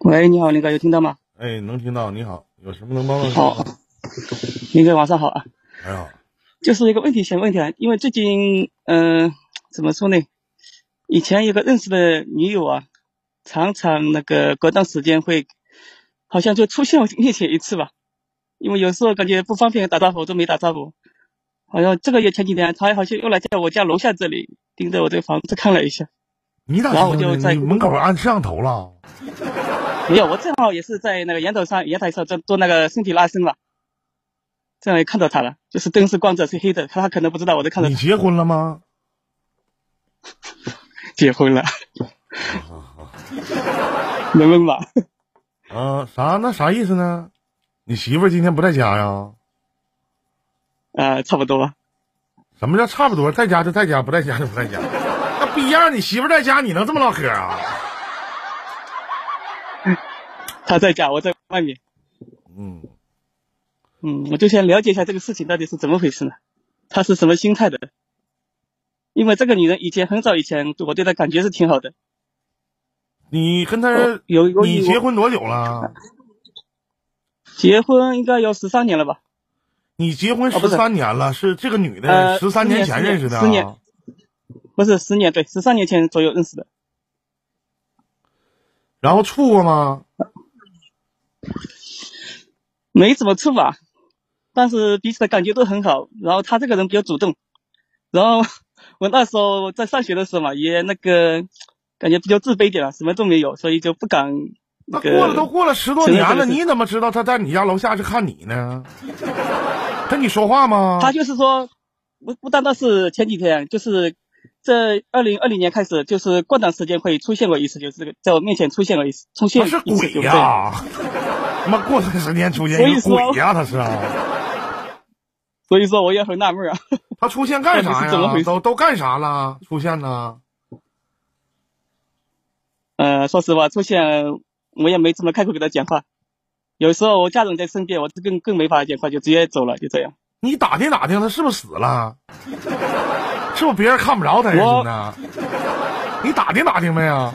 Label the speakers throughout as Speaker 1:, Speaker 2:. Speaker 1: 喂，你好，林哥，有听到吗？
Speaker 2: 哎，能听到，你好，有什么能帮到你？
Speaker 1: 好，林哥，晚上好啊。
Speaker 2: 哎好，
Speaker 1: 就是一个问题想问一下，因为最近，嗯、怎么说呢？以前有个认识的女友啊，常常那个隔段时间会，好像就出现我面前一次吧。因为有时候感觉不方便打招呼，都没打招呼。好像这个月前几天，她好像又来在我家楼下这里盯着我这个房子看了一下。
Speaker 2: 你咋知
Speaker 1: 然后
Speaker 2: 道
Speaker 1: 我就
Speaker 2: 的？
Speaker 1: 在
Speaker 2: 你门口安摄像头了？
Speaker 1: 没有，我正好也是在那个阳台上，阳台上在做那个身体拉伸嘛，这样也看到他了，就是灯是光着，是黑的，他可能不知道我在看着
Speaker 2: 你
Speaker 1: 他
Speaker 2: 结婚了吗？
Speaker 1: 结婚了，能问吧？
Speaker 2: 啊，啥？那啥意思呢？你媳妇儿今天不在家呀？
Speaker 1: 啊、差不多吧。
Speaker 2: 什么叫差不多？在家就在家，不在家就不在家，那不一样。你媳妇儿在家，你能这么唠嗑啊？
Speaker 1: 他在家，我在外面。
Speaker 2: 嗯，
Speaker 1: 嗯，我就想了解一下这个事情到底是怎么回事呢？他是什么心态的？因为这个女人以前很早以前，我对她感觉是挺好的。
Speaker 2: 你跟她，
Speaker 1: 哦有有
Speaker 2: 呃你
Speaker 1: 有
Speaker 2: 结婚多久了？
Speaker 1: 结婚应该有十三年了吧？
Speaker 2: 你结婚
Speaker 1: 哦
Speaker 2: 十
Speaker 1: 不是
Speaker 2: 三年了，是这个女的
Speaker 1: 呃
Speaker 2: 十三前认识的、啊
Speaker 1: 十年不是十年，对，十三年前左右认识的。
Speaker 2: 然后处过吗？
Speaker 1: 没怎么处吧，但是彼此的感觉都很好。然后他这个人比较主动，然后 我那时候在上学的时候嘛，也那个感觉比较自卑点了，什么都没有，所以就不敢
Speaker 2: 那
Speaker 1: 个。
Speaker 2: 过了都过了十多年
Speaker 1: 现
Speaker 2: 了，
Speaker 1: 在这个是
Speaker 2: 你怎么知道他在你家楼下是看你呢？跟你说话吗？
Speaker 1: 他就是说，不不单单是前几天，就是这二零二零年开始，就是过段时间会出现过一次，就是这个在我面前出现过一次，出现
Speaker 2: 他
Speaker 1: 一
Speaker 2: 啊是
Speaker 1: 次
Speaker 2: 鬼
Speaker 1: 就这
Speaker 2: 呀、
Speaker 1: 样。
Speaker 2: 他妈过段时间出现
Speaker 1: 所以
Speaker 2: 一个
Speaker 1: 说
Speaker 2: 鬼呀、他是啊，
Speaker 1: 所以说我也很纳闷啊，
Speaker 2: 他出现干
Speaker 1: 到底
Speaker 2: 啥
Speaker 1: 是怎么
Speaker 2: 呀
Speaker 1: 回？事
Speaker 2: 都都干啥了？出现呢？
Speaker 1: 呃，说实话，出现我也没怎么开口给他讲话，有时候我家人在身边，我就更更没法讲话，就直接走了，就这样。
Speaker 2: 你打听打听，他是不是死了？ 是不是别人看不着他呀，
Speaker 1: 我
Speaker 2: 兄弟？你打听打听呗呀！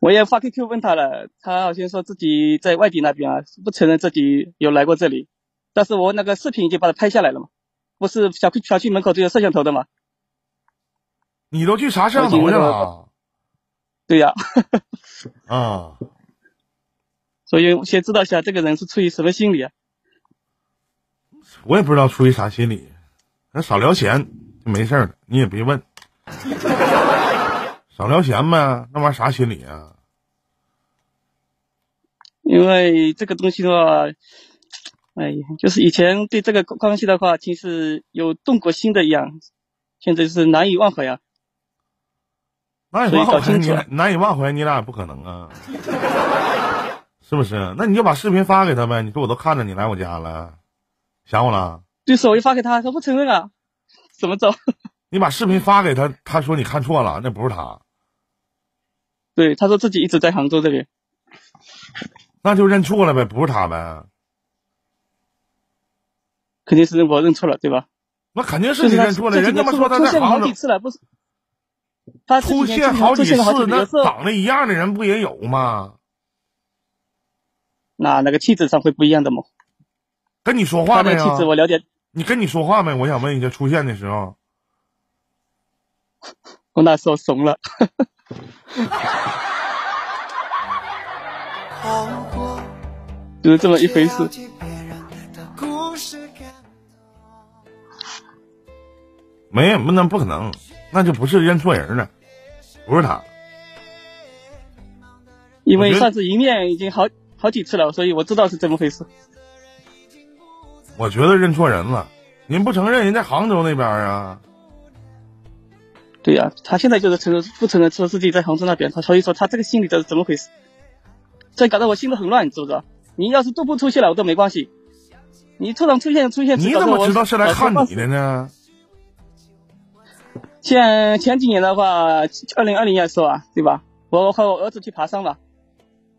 Speaker 1: 我也发 QQ 问他了，他好像说自己在外地那边啊，不承认自己有来过这里，但是我那个视频已经把他拍下来了嘛，不是小区小区门口都有摄像头的嘛，
Speaker 2: 你都去查摄像头去了
Speaker 1: 对呀、
Speaker 2: 啊？
Speaker 1: 所以我先知道一下这个人是出于什么心理啊？
Speaker 2: 我也不知道出于啥心理，那少聊闲就没事儿了，你也别问，少聊闲呗，那玩意儿啥心理啊？
Speaker 1: 因为这个东西的话，哎，就是以前对这个关系的话，其实有动过心的一样，现在就是难以忘怀啊。
Speaker 2: 难以
Speaker 1: 所以
Speaker 2: 忘
Speaker 1: 搞
Speaker 2: 怀
Speaker 1: 清
Speaker 2: 你
Speaker 1: 楚
Speaker 2: 俩，难以忘怀你俩也不可能啊，是不是？那你就把视频发给他呗，你说我都看着你来我家了，想我了？
Speaker 1: 就是我一发给他，他不承认啊，怎么着？
Speaker 2: 你把视频发给他，他说你看错了，那不是他，
Speaker 1: 对，他说自己一直在杭州这里，
Speaker 2: 那就认错了呗，不是他呗，
Speaker 1: 肯定是我认错了，对吧？
Speaker 2: 那肯定
Speaker 1: 就是
Speaker 2: 你
Speaker 1: 他
Speaker 2: 认错了，
Speaker 1: 这几
Speaker 2: 人他
Speaker 1: 年
Speaker 2: 妈
Speaker 1: 出
Speaker 2: 说他
Speaker 1: 出
Speaker 2: 在
Speaker 1: 现了好
Speaker 2: 杭
Speaker 1: 几
Speaker 2: 州。
Speaker 1: 次了，不是？他这几
Speaker 2: 出
Speaker 1: 年
Speaker 2: 现好
Speaker 1: 出
Speaker 2: 几
Speaker 1: 现了好
Speaker 2: 次，
Speaker 1: 几
Speaker 2: 那
Speaker 1: 有时候
Speaker 2: 长得一样的人不也有吗？
Speaker 1: 那那个气质上会不一样的嘛。
Speaker 2: 跟你说
Speaker 1: 他
Speaker 2: 话
Speaker 1: 那
Speaker 2: 没
Speaker 1: 个气
Speaker 2: 有？
Speaker 1: 质我了解，
Speaker 2: 你跟你说话没？我想问一下，出现的时候，
Speaker 1: 我那时候怂了。
Speaker 3: 好过
Speaker 1: 就是这么一回
Speaker 3: 了
Speaker 1: 事。
Speaker 3: 解别人的故事感动。
Speaker 2: 没有，不能不可能，那就不是认错人了，不是他。
Speaker 1: 因
Speaker 2: 我
Speaker 1: 为
Speaker 2: 觉得
Speaker 1: 上次一面已经好好几次了，所以我知道是怎么回事。
Speaker 2: 我觉得认错人了，您不承认人在杭州那边啊？
Speaker 1: 对呀、他现在就是承认不承认说自己在杭州那边，他所以说他这个心理到底怎么回事？这搞得我心里很乱，你知不知道？你要是都不出现了，我都没关系。你突然出现出现，
Speaker 2: 你怎么知道是来看
Speaker 1: 搞
Speaker 2: 你
Speaker 1: 得我？
Speaker 2: 的呢？
Speaker 1: 像前几年的话，二零二零年的时候啊，对吧？我和我儿子去爬山嘛，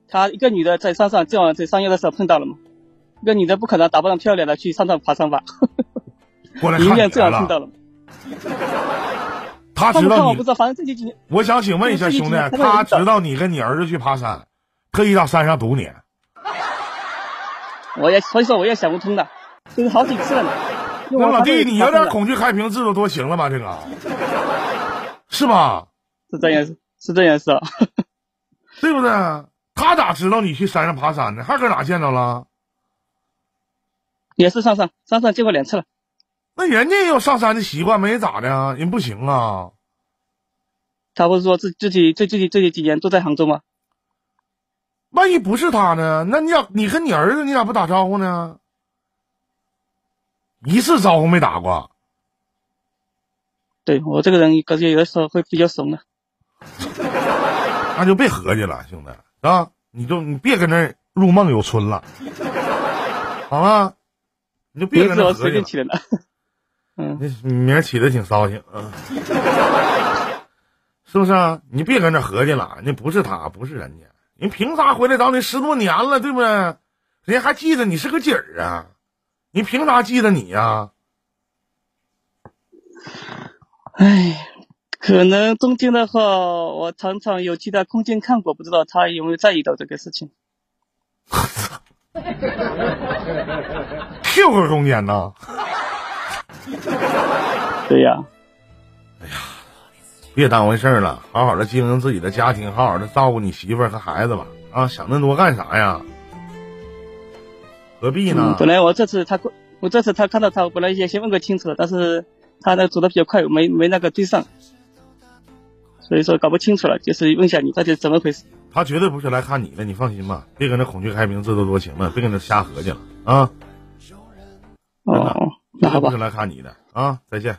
Speaker 1: 他一个女的在山上，正好在山腰的时候碰到了嘛。一个女的不可能打扮得漂亮的去山上爬山吧？
Speaker 2: 过来
Speaker 1: 一
Speaker 2: 看
Speaker 1: 面
Speaker 2: 你
Speaker 1: 正
Speaker 2: 来
Speaker 1: 好碰到
Speaker 2: 了。
Speaker 1: 了，
Speaker 2: 他
Speaker 1: 看
Speaker 2: 知
Speaker 1: 不看
Speaker 2: 道
Speaker 1: 我不
Speaker 2: 你
Speaker 1: 知，道，反正这几年
Speaker 2: 我想请问一下
Speaker 1: 这几
Speaker 2: 兄弟啊
Speaker 1: 年，他都
Speaker 2: 他
Speaker 1: 知道
Speaker 2: 知道你跟你儿子去爬山，特意到山上堵你。
Speaker 1: 我也所以说我也想不通的，这个好几次了呢。因为
Speaker 2: 那
Speaker 1: 我
Speaker 2: 老
Speaker 1: 发现
Speaker 2: 弟，你有点
Speaker 1: 了
Speaker 2: 恐惧开屏自作多情了吧？这个是吧？
Speaker 1: 是这样是这样是啊，
Speaker 2: 对不对？他咋知道你去山上爬山呢？还搁哪见着了？
Speaker 1: 也是上上上上见过两次了，
Speaker 2: 那人家也有上山的习惯，没人咋的啊？人不行啊？
Speaker 1: 他不是说自自己最最近最近几年都在杭州吗？
Speaker 2: 万一不是他呢？那你咋你跟你儿子你咋不打招呼呢？一次招呼没打过，
Speaker 1: 对我这个人感觉有的时候会比较怂的，
Speaker 2: 那就别合计了，兄弟啊！你就你别跟那儿入梦有春了，好吗？你就别
Speaker 1: 名
Speaker 2: 跟
Speaker 1: 字
Speaker 2: 那儿
Speaker 1: 我
Speaker 2: 合
Speaker 1: 随
Speaker 2: 计
Speaker 1: 便
Speaker 2: 了。
Speaker 1: 起的呢。嗯，
Speaker 2: 那名儿起的挺骚气，嗯，是不是啊？你别跟这合计了，那不是他，不是人家，人凭啥回来找你十多年了，对不对？人家还记得你是个姐儿啊，你凭啥记得你啊呀、
Speaker 1: 唉，可能中间的话，我常常有其他空间看过，不知道他有没有在意到这个事情。
Speaker 2: q q 空间呐，
Speaker 1: 对呀、
Speaker 2: 别当回事儿了，好好的经营自己的家庭，好好的照顾你媳妇儿和孩子吧。啊，想那么多干啥呀？何必呢
Speaker 1: 嗯，？本来我这次他过，我这次他看到他，我本来也先问个清楚，但是他那走的比较快，没没那个追上，所以说搞不清楚了，就是问一下你到底怎么回事。
Speaker 2: 他绝对不是来看你的，你放心吧，别跟那孔雀开屏、自作多情了，别跟那瞎合计了啊。
Speaker 1: 哦，那好吧
Speaker 2: 嗯不是。来看你的啊！再见。